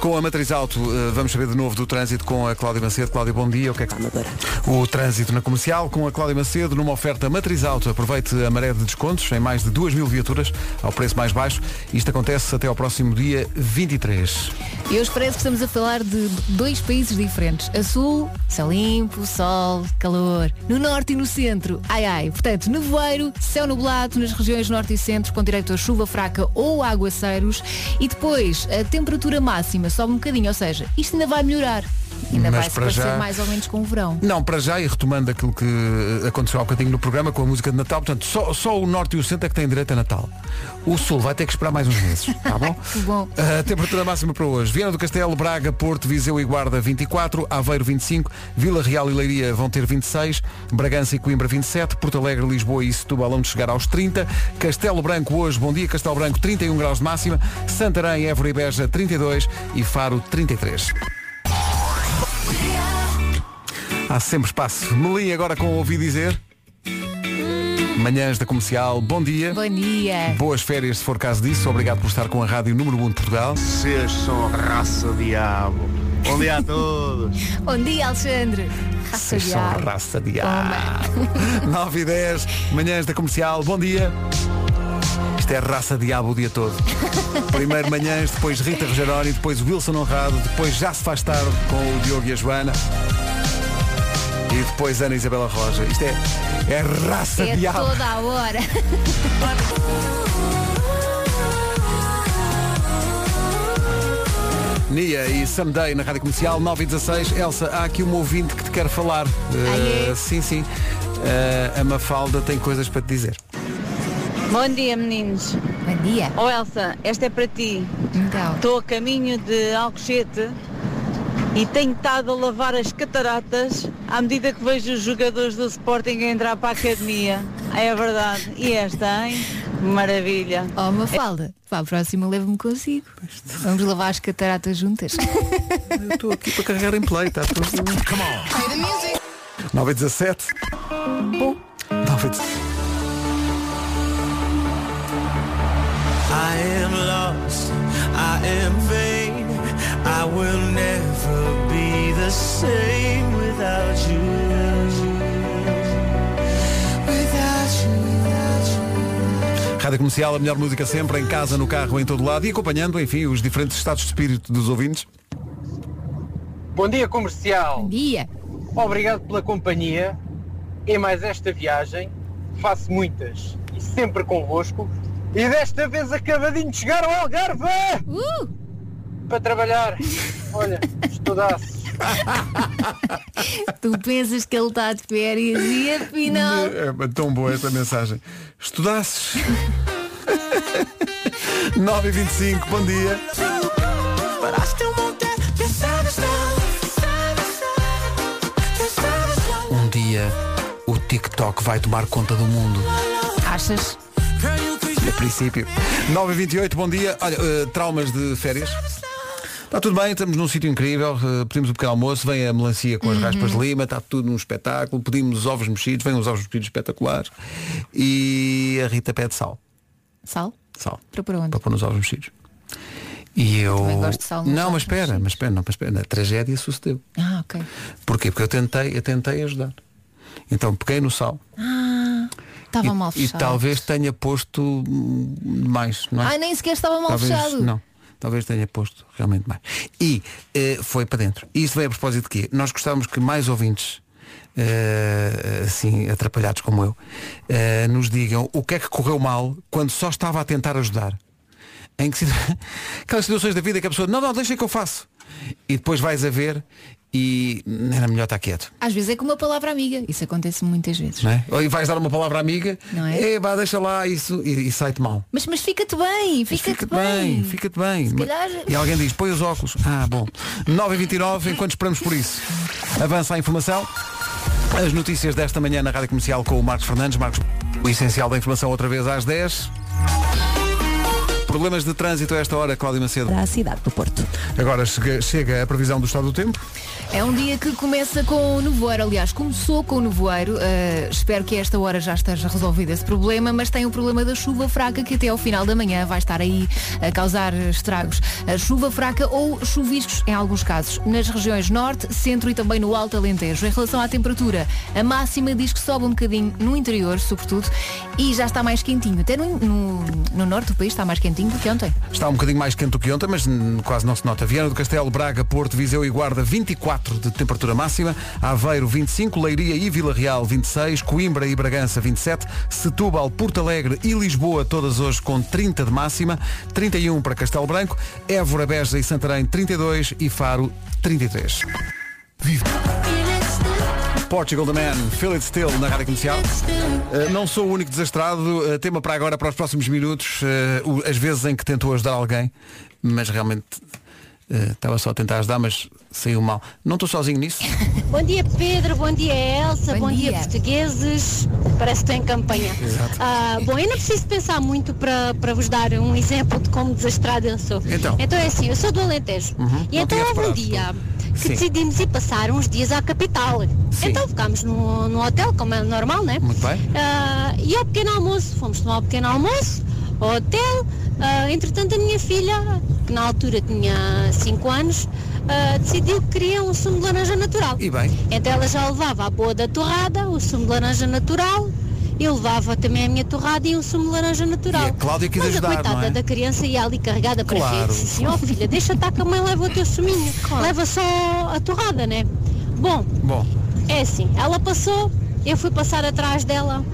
Com a Matriz Auto, eh, vamos saber de novo do trânsito com a Cláudia Macedo. Cláudia, bom dia. O que é que... O trânsito na comercial com a Cláudia Macedo numa oferta Matriz Auto. Aproveite a maré de descontos em mais de 2 mil viaturas ao preço mais baixo. Isto acontece até ao próximo dia 23. E hoje parece que estamos a falar de dois países diferentes. A sul, céu limpo, sol, calor. No norte e no centro, ai ai. Portanto, nevoeiro, céu nublado nas regiões norte e centro, com direito a chuva fraca ou aguaceiros. E depois, a temperatura máxima sobe um bocadinho, ou seja, isto ainda vai melhorar. Ainda Mas vai se para parecer já- mais ou menos com o verão. Não, para já, e retomando aquilo que eh, aconteceu há bocadinho no programa com a música de Natal, portanto, só, só o Norte e o Centro é que têm direito a Natal. O Sul vai ter que esperar mais uns meses, tá bom? Que bom. A temperatura máxima para hoje. Viana do Castelo, Braga, Porto, Viseu e Guarda 24, Aveiro 25, Vila Real e Leiria vão ter 26, Bragança e Coimbra 27, Porto Alegre, Lisboa e Setúbal onde chegar aos 30, Castelo Branco hoje, bom dia Castelo Branco 31 graus de máxima, Santarém, Évora e Beja 32 e Faro 33. Há sempre espaço. Melim agora com ouvi dizer. Manhãs da Comercial, bom dia. Bom dia. Boas férias, se for caso disso. Obrigado por estar com a Rádio Número 1 de Portugal. Vocês são a raça diabo. Bom dia a todos. Bom dia, Alexandre. Raça Vocês são a diabo. raça de diabo. 9 e 10, manhãs da comercial, bom dia. Isto é raça diabo o dia todo. Primeiro manhãs, depois Rita Rogeroni, depois Wilson Honrado, depois já se faz tarde com o Diogo e a Joana. E depois Ana Isabela Roja. Isto é, é raça É diabo. toda a hora. Nia e Someday na Rádio Comercial 9 e 16. Elsa, há aqui um ouvinte que te quer falar. Ah, Eh, sim, sim. Eh, a Mafalda tem coisas para te dizer. Bom dia, meninos. Bom dia. Oh, Elsa, esta é para ti. Então, Estou a caminho de Alcochete e tenho estado a lavar as cataratas à medida que vejo os jogadores do Sporting a entrar para a academia. É verdade. E esta, hein? Maravilha. Oh, uma falda. Para a próxima leve-me consigo. Vamos lavar as cataratas juntas. Eu estou aqui para carregar em play, está tudo. Come on. 9 e 17. Bom. 9 e 17. I am lost, I am vain, I will never be the same without you. Without you, without you. Rádio Comercial, a melhor música sempre, em casa, no carro, em todo lado e acompanhando, enfim, os diferentes estados de espírito dos ouvintes. Bom dia comercial. Bom dia. Obrigado pela companhia. E mais esta viagem, faço muitas e sempre convosco. E desta vez acabadinho de chegar ao Algarve! Para trabalhar. Olha, estudaço. tu pensas que ele está de férias e afinal. É tão boa esta mensagem. Estudasses. 9 e 25, bom dia. Um dia o TikTok vai tomar conta do mundo. Achas? A princípio. 9 e 28, bom dia. Olha, eh, traumas de férias. Está tudo bem, estamos num sítio incrível, eh, pedimos um pequeno almoço, vem a melancia com as Uhum. raspas de lima, está tudo num espetáculo, pedimos ovos mexidos, vêm uns ovos mexidos espetaculares e a Rita pede sal. Sal? Sal. Para por onde? Para pôr nos ovos mexidos. E eu. Também gosto de sal nos não, ovos mas espera, mas espera, não, mas espera, a tragédia sucedeu. Ah, ok. Porquê? Porque eu tentei, eu tentei ajudar. Então peguei no sal. Ah, estava e, mal e fechado. talvez tenha posto hum, mais. Não é? Ah, nem sequer estava mal talvez, fechado. Não. Talvez tenha posto realmente mais. E eh, foi para dentro. E isto vem a propósito de quê? Nós gostávamos que mais ouvintes, eh, assim, atrapalhados como eu, eh, nos digam o que é que correu mal quando só estava a tentar ajudar. Em que situ... Aquelas situações da vida que a pessoa, não, não, deixa que eu faço. E depois vais a ver e "Não, era melhor estar quieto. Às vezes é com uma palavra amiga. Isso acontece muitas vezes. Não é? Ou vais dar uma palavra amiga, Não é? "Eh, vá, deixa lá isso e, e sai-te mal. Mas, mas fica-te bem, fica-te Fica-te bem. bem, fica-te bem. Se calhar- E alguém diz, põe os óculos. Ah, bom. 9h29, enquanto esperamos por isso. Avança a informação. As notícias desta manhã na Rádio Comercial com o Marcos Fernandes. Marcos, o essencial da informação outra vez às 10. Problemas de trânsito a esta hora, Cláudia Macedo. Da cidade do Porto. Agora chega, chega a previsão do estado do tempo. É um dia que começa com o nevoeiro, aliás, começou com o nevoeiro. eh, espero que a esta hora já esteja resolvido esse problema, mas tem o problema da chuva fraca que até ao final da manhã vai estar aí a causar estragos. A chuva fraca ou chuviscos em alguns casos, nas regiões norte, centro e também no Alto Alentejo. Em relação à temperatura, a máxima diz que sobe um bocadinho no interior, sobretudo, e já está mais quentinho. Até no, no- no norte do país está mais quentinho do que ontem. Está um bocadinho mais quente do que ontem, mas hum, quase não se nota. Viana do Castelo, Braga, Porto, Viseu e Guarda 24 de temperatura máxima, Aveiro 25, Leiria e Vila Real 26, Coimbra e Bragança 27, Setúbal, Porto Alegre e Lisboa todas hoje com 30 de máxima, 31 para Castelo Branco, Évora, Beja e Santarém 32 e Faro 33. Vive. Portugal The Man, Feel It Still na Rádio Comercial. Eh, não sou o único desastrado, eh, tema para agora, para os próximos minutos, eh, o- as vezes em que tentou ajudar alguém, mas realmente eh, estava só a tentar ajudar, mas saiu mal. Não estou sozinho nisso? Bom dia Pedro, bom dia Elsa, bom, bom, dia. dia. portugueses. Parece que estou em campanha. Exato. Ah, bom, eu não preciso pensar muito para para vos dar um exemplo de como desastrada eu sou. Então. é assim, eu sou do Alentejo. Uhum, E não então tinha houve um reparado. dia que Sim. decidimos ir passar uns dias à capital. Então ficámos no, no hotel, como é normal, né? Muito bem. Ah, e ao pequeno almoço, fomos tomar o pequeno almoço, ao hotel. Ah, entretanto, a minha filha, que na altura tinha 5 anos, ah, decidiu que queria um sumo de laranja natural. E bem. Então ela já levava a boa da torrada, o sumo de laranja natural, e levava também a minha torrada e um sumo de laranja natural. E a Cláudia quis Mas ajudar, a coitada não é? da criança ia ali carregada para Claro. claro. frente. Sim, ó filha, deixa estar que a mãe leva o teu suminho. Leva só a torrada, né? Bom, Bom, é assim, ela passou, eu fui passar atrás dela.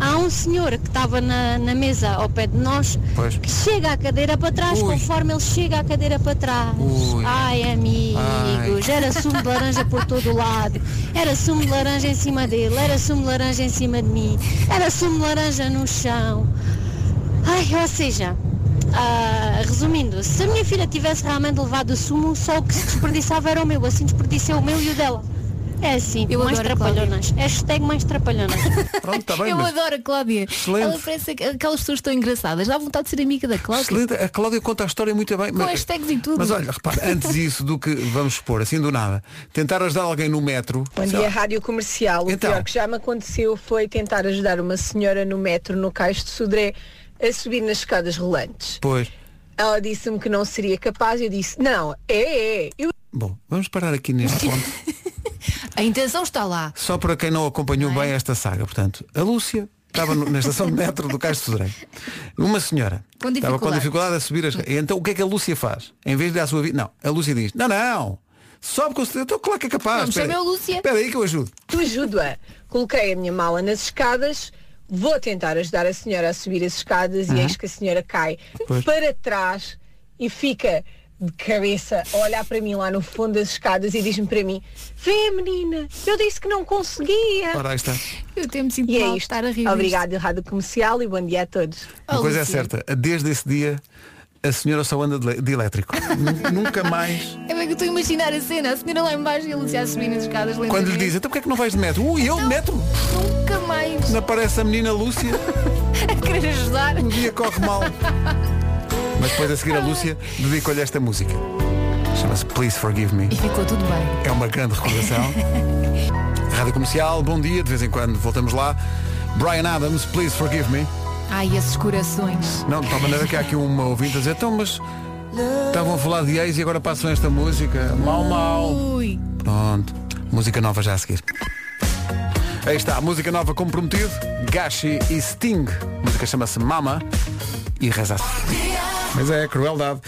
Há um senhor que estava na, na mesa ao pé de nós Pois. que chega a cadeira para trás, Ui. conforme ele chega a cadeira para trás. Ui. Ai, amigos, Ai. era sumo de laranja por todo o lado, era sumo de laranja em cima dele, era sumo de laranja em cima de mim, era sumo de laranja no chão. Ai, ou seja, ah, resumindo, se a minha filha tivesse realmente levado o sumo, só o que se desperdiçava era o meu, assim desperdicei o meu e o dela. É assim, Eu mais adoro a Cláudia. trapalhonas. Hashtag mais trapalhonas. Pronto, está Tá bem, eu mas adoro a Cláudia. Excelente. Ela parece aqu- aquelas pessoas tão engraçadas. Dá vontade de ser amiga da Cláudia. excelente. A Cláudia conta a história muito bem. Com hashtags e tudo. Mas olha, repare, antes disso do que, vamos supor, assim do nada, tentar ajudar alguém no metro. Bom sei dia, lá, Rádio Comercial. O Então. pior que já me aconteceu foi tentar ajudar uma senhora no metro no Cais de Sodré a subir nas escadas rolantes. Pois. Ela disse-me que não seria capaz e eu disse, não, é, é. Eu Bom, vamos parar aqui neste ponto. A intenção está lá. Só para quem não acompanhou bem esta saga, portanto, a Lúcia estava no- na estação de metro do Cais de Sodré. Uma senhora Com estava com dificuldades. dificuldade a subir as... Então o que é que a Lúcia faz? Em vez de dar a sua vida... Não, a Lúcia diz, não, não, sobe com certeza, estou claro que é capaz. Não me espera chame aí. a Lúcia. Espera aí que eu ajudo. ajudo-a. Coloquei a minha mala nas escadas, vou tentar ajudar a senhora a subir as escadas e Uhum. eis que a senhora cai Pois. para trás e fica de cabeça a olhar para mim lá no fundo das escadas e diz-me para mim, vê menina, eu disse que não conseguia. Ora, aí está. Eu tenho-me sentido e é mal de isto. Ah. estar a rir. Obrigada, Rádio Comercial, e bom dia a todos. Uma coisa é certa, desde esse dia a senhora só anda de, le- de elétrico. Nun- Nunca mais. É bem que eu estou a imaginar a cena. A senhora lá embaixo e a Lúcia a subir nas escadas lentamente. Quando lhe dizem, então porquê é que não vais de metro? Ui, eu de metro? Nunca mais Não aparece a menina Lúcia. a querer ajudar. Um dia corre mal. Mas depois a seguir a Lúcia dedica-lhe esta música. Chama-se Please Forgive Me. E ficou tudo bem. É uma grande recordação. Rádio Comercial, bom dia, de vez em quando voltamos lá. Brian Adams, Please Forgive Me. Ai, esses corações. Não, de tal maneira que há aqui uma ouvinte a dizer, então, mas estavam a falar de ex e agora passam esta música. Mal, mal. Ui. Pronto. Música nova já a seguir. Aí está, a música nova como prometido. Gashi e Sting. A música chama-se Mama e reza assim. Mas é crueldade.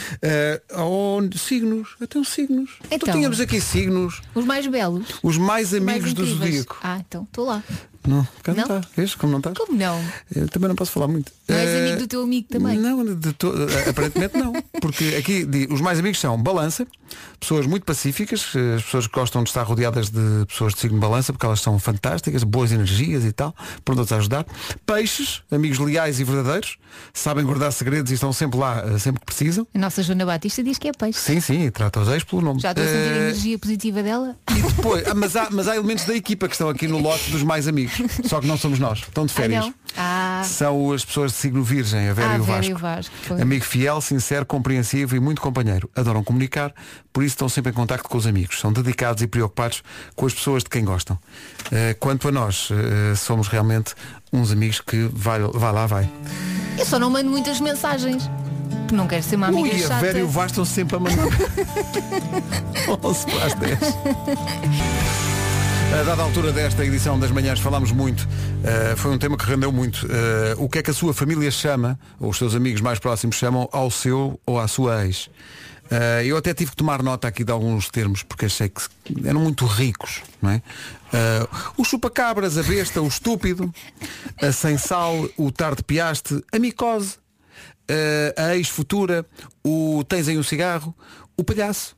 Uh, oh, signos, então signos. Então. Então tínhamos aqui signos, Os mais belos. os mais amigos mais do incríveis. Zodíaco. Ah, então, estou lá. Não, cá não Não? está. Vês como não está? Como não? Eu também não posso falar muito. Não és Eh, amigo do teu amigo também. Não, de to- eh, aparentemente não. Porque aqui di- os mais amigos são balança, pessoas muito pacíficas, eh, as pessoas que gostam de estar rodeadas de pessoas de signo de balança, porque elas são fantásticas, boas energias e tal, prontas a ajudar. Peixes, amigos leais e verdadeiros, sabem guardar segredos e estão sempre lá, eh, sempre que precisam. A nossa Joana Batista diz que é peixe. Sim, sim, e trata os ex pelo nome. Já estou a sentir a Eh, energia positiva dela. e depois, ah, mas, há, mas há elementos da equipa que estão aqui no lote dos mais amigos. Só que não somos nós, estão de Ah, férias. não. Ah, São as pessoas de signo virgem, a Vera ah e o Vera Vasco. e o Vasco. pois. Amigo fiel, sincero, compreensivo e muito companheiro. Adoram comunicar, por isso estão sempre em contacto com os amigos. São dedicados e preocupados com as pessoas de quem gostam. Eh, quanto a nós, eh, somos realmente uns amigos que vai, vai lá, vai. Eu só não mando muitas mensagens. Porque não quero ser uma amiga Ui, a chata. Vera e o Vasco estão sempre a mandar. 11 para as 10. A dada altura desta edição das manhãs falámos muito, eh, foi um tema que rendeu muito. Eh, o que é que a sua família chama, ou os seus amigos mais próximos chamam, ao seu ou à sua ex? Eh, eu até tive que tomar nota aqui de alguns termos, porque achei que se- eram muito ricos. Não é? Eh, o chupacabras, a besta, o estúpido, a sem sal, o tarde piaste, a micose, eh, a ex-futura, o tens em um cigarro, o palhaço,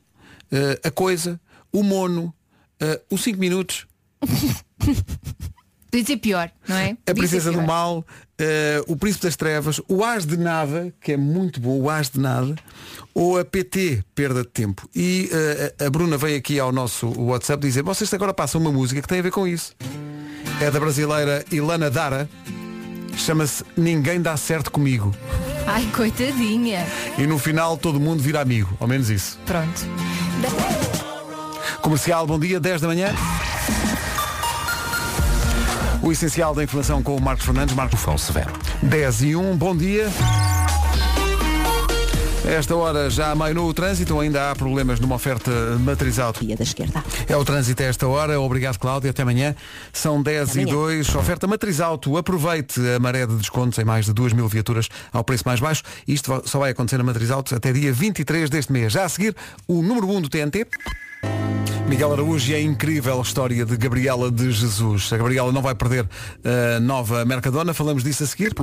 eh, a coisa, o mono, eh, o 5 minutos, Podia ser pior, não é? a Podia ser princesa do pior. mal, eh, o príncipe das trevas, o as de nada, que é muito bom, o as de nada, ou a PT, perda de tempo. E eh, a a Bruna veio aqui ao nosso WhatsApp dizer, vocês agora passam uma música que tem a ver com isso. É da brasileira Ilana Dara, chama-se Ninguém Dá Certo Comigo. Ai, coitadinha. E no final todo mundo vira amigo, ao menos isso. Pronto. Comercial, bom dia, 10 da manhã. O essencial da informação com o Marcos Fernandes, Marcos Fão Severo. 10 e 1, bom dia. Esta hora já mainou o trânsito, ainda há problemas numa oferta matriz auto. da esquerda. É o trânsito a esta hora. Obrigado, Cláudia. Até amanhã. São 10 e 2. Oferta Matriz Auto. Aproveite a maré de descontos em mais de 2 mil viaturas ao preço mais baixo. Isto va- só vai acontecer na Matriz Auto até dia 23 deste mês. Já a seguir, o número 1 do TNT. Miguel Araújo e a incrível história de Gabriela de Jesus. A Gabriela não vai perder a nova Mercadona. Falamos disso a seguir.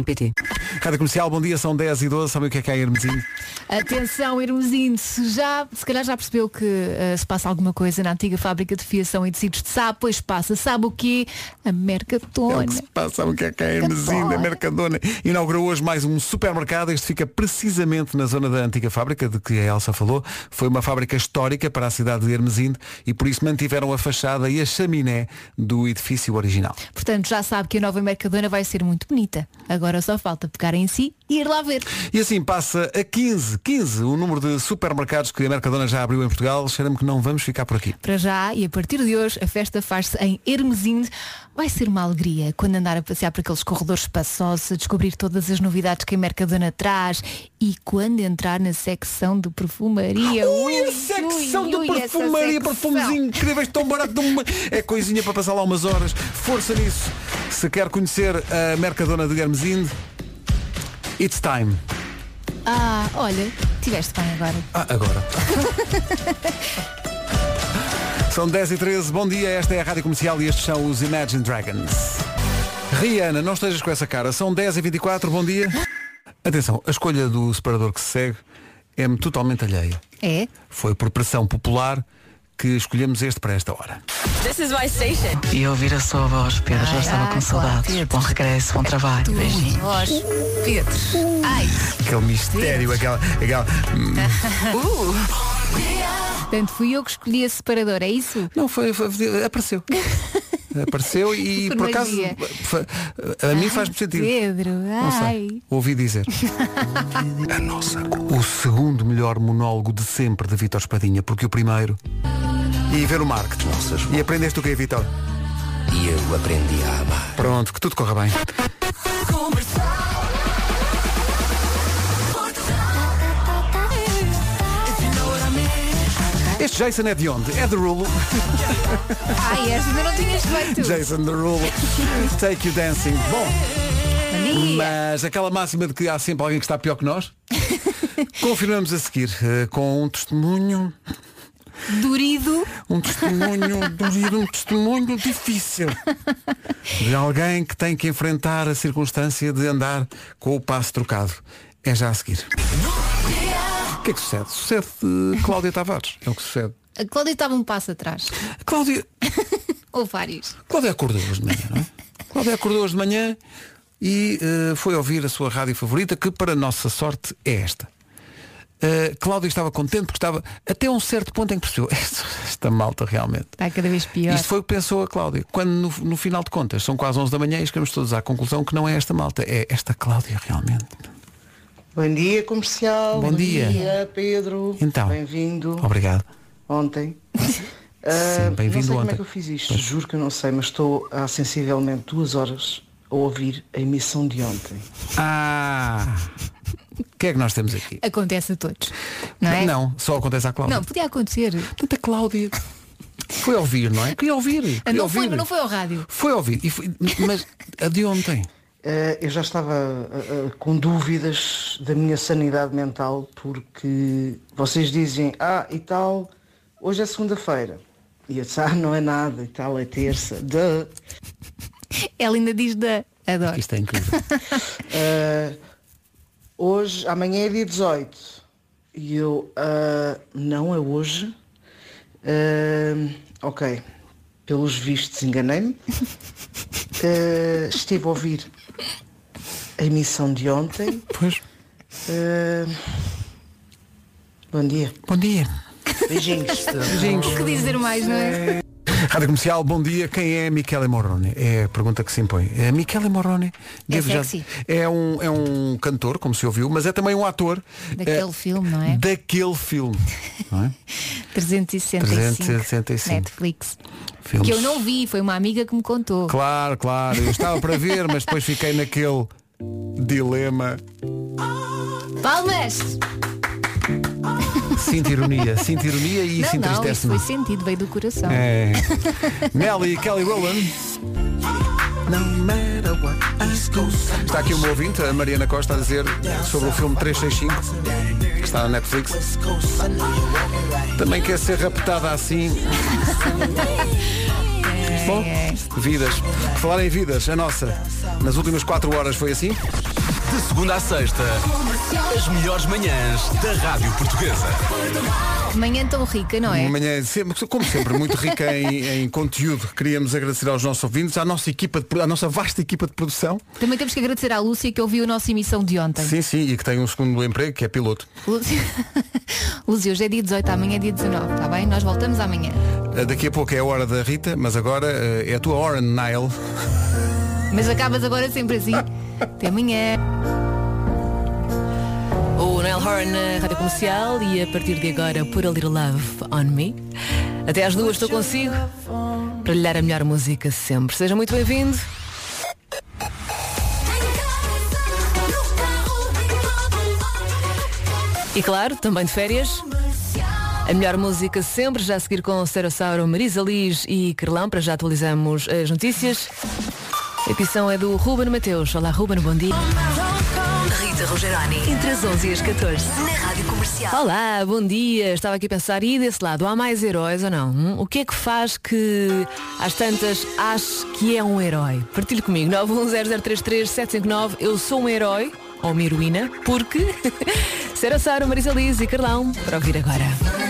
Rádio Comercial, bom dia. São 10 e 12. Sabem o que é que é Hermesinho? Atenção, Hermesino, se já, se calhar já percebeu que eh, se passa alguma coisa na antiga fábrica de fiação e tecidos de sapo, pois passa, sabe o quê? A É o Mercatona. que se passa, sabe o que é que é a Hermesinda, Mercadona. Inaugurou hoje mais um supermercado. Este fica precisamente na zona da antiga fábrica de que a Elsa falou. Foi uma fábrica histórica para a cidade de Hermesinde e por isso mantiveram a fachada e a chaminé do edifício original. Portanto, já sabe que a nova Mercadona vai ser muito bonita. Agora só falta pegar em si e ir lá ver. E assim passa a 15, 15 o número de supermercados que a Mercadona já abriu em Portugal. Cheira-me que não vamos ficar por aqui. Para já e a partir de hoje a festa faz-se em Hermesinde. Vai ser uma alegria quando andar a passear por aqueles corredores espaçosos, a descobrir todas as novidades que a Mercadona traz e quando entrar na secção de perfumaria. Ui, a secção de perfumaria, perfumes incríveis, tão barato. de uma- É coisinha para passar lá umas horas. Força nisso. Se quer conhecer a Mercadona de Hermesinde, it's time. Ah, olha, tiveste bem agora. Ah, agora. São 10 e 13 bom dia, esta é a Rádio Comercial e estes são os Imagine Dragons. Rihanna, não estejas com essa cara, são 10 e 24 bom dia. Atenção, a escolha do separador que se segue é-me totalmente alheia. É? Foi por pressão popular que escolhemos este para esta hora. This is my station. E ouvir a sua voz, Pedro, Ah, já estava com saudades. Bom regresso, bom trabalho. Beijinho. Voz, Pedro. Ai. Aquele mistério, aquela. aquela hum, Portanto, fui eu que escolhi esse separador, é isso? Não, foi, foi- apareceu. Apareceu e Por por acaso magia. fa- a mim faz-me sentido. Pedro, Não sei. ai. Ouvi dizer. A nossa. O segundo melhor monólogo de sempre de Vítor Espadinha, porque o primeiro. E ver o marketing. E aprendeste o que é, Vítor? E eu aprendi a amar. Pronto, que tudo corra bem. Este Jason é de onde? É de Rulo. Ai, esta ainda não tinhas feito. Jason the Rulo. Take you dancing. Bom. Mas aquela máxima de que há sempre alguém que está pior que nós. Confirmamos a seguir eh, com um testemunho. Durido. Um testemunho, durido, um testemunho difícil. De alguém que tem que enfrentar a circunstância de andar com o passo trocado. É já a seguir. O que é que sucede? Sucede de Cláudia Tavares. É o que sucede. A Cláudia estava um passo atrás. A Cláudia. Ou vários. Cláudia acordou hoje de manhã, não é? Cláudia acordou hoje de manhã e eh, foi ouvir a sua rádio favorita, que para a nossa sorte é esta. Eh, Cláudia estava contente porque estava até um certo ponto em que percebeu esta, esta malta realmente. Está cada vez pior. Isto foi o que pensou a Cláudia. Quando no, no final de contas são quase 11 da manhã e chegamos todos à conclusão que não é esta malta, é esta Cláudia realmente. Bom dia, comercial. Bom dia. Ah, Pedro. Então. Bem-vindo. Obrigado. Ontem. Ah, Sim, bem-vindo não sei como ontem. é que eu fiz isto, juro que eu não sei, mas estou há sensivelmente duas horas a ouvir a emissão de ontem. Ah! O que é que nós temos aqui? Acontece a todos. Não é? só acontece à Cláudia. Não, podia acontecer. Tanta Cláudia. Foi ouvir, não é? Queria ouvir. Queria Ah, Não ouvir. foi, não foi ao rádio. Foi ouvir. E foi- mas a de ontem? Eh, eu já estava eh, eh, com dúvidas da minha sanidade mental porque vocês dizem, ah, e tal, hoje é segunda-feira. E eu disse, ah, não é nada, e tal, é terça. Duh. Ela ainda diz da. Adoro. Isto é incrível. Eh, hoje, amanhã é dia 18. E eu, ah, não é hoje. Eh, ok, pelos vistos enganei-me. Eh, estive a ouvir a emissão de ontem. Pois. Eh, bom dia. Bom dia. Beijinhos. é um O que dizer mais, não é? Rádio Comercial, bom dia. Quem é Michele Morrone? É a pergunta que se impõe. É Michele Morrone devo já- sexy. é, um, é um cantor, como se ouviu, mas é também um ator Daquele eh, filme, não é? daquele filme. não é? 365. 365. Netflix. Filmes. Que eu não vi, foi uma amiga que me contou. Claro, claro. Eu estava para ver, mas depois fiquei naquele dilema. Palmas! Sinto ironia, sinto ironia e isso não, não, isto entristece-me. foi sentido, veio do coração. É. Nelly e Kelly Rowland. Está aqui uma ouvinte, a Mariana Costa, a dizer sobre o filme 365, que está na Netflix. Também quer ser raptada assim. Bom, vidas. Por falar em vidas, a nossa, nas últimas 4 horas foi assim. De segunda à sexta, as melhores manhãs da Rádio Portuguesa. Que manhã tão rica, não é? Uma manhã, sempre, como sempre, muito rica em, em conteúdo. Queríamos agradecer aos nossos ouvintes, à nossa equipa, de pro- à nossa vasta equipa de produção. Também temos que agradecer à Lúcia que ouviu a nossa emissão de ontem. Sim, sim, e que tem um segundo emprego, que é piloto. Lúcia... Lúcia, hoje é dia 18, amanhã é dia 19, está bem? Nós voltamos amanhã. Uh, Daqui a pouco é a hora da Rita, mas agora uh, é a tua hora, Nile. Mas acabas agora sempre assim. Até amanhã. O Nile Horan na Rádio Comercial e a partir de agora Put a Little Love on Me. Até às duas estou consigo para lhe dar a melhor música sempre. Seja muito bem-vindo. E claro, também de férias. A melhor música sempre, já a seguir com Serossauro, Marisa Liz e Carlão, para já atualizamos eh, as notícias. A edição é do Ruben Mateus. Olá Ruben, bom dia. Rita Rogeroni. Entre as 11 e as 14. Na Rádio Comercial. Olá, bom dia. Estava aqui a pensar, e desse lado, há mais heróis ou não? Hum? O que é que faz que, às tantas, ache que é um herói? Partilhe comigo, 910033759, eu sou um herói, ou uma heroína, porque Sara Sara, Marisa Liz e Carlão, para ouvir agora.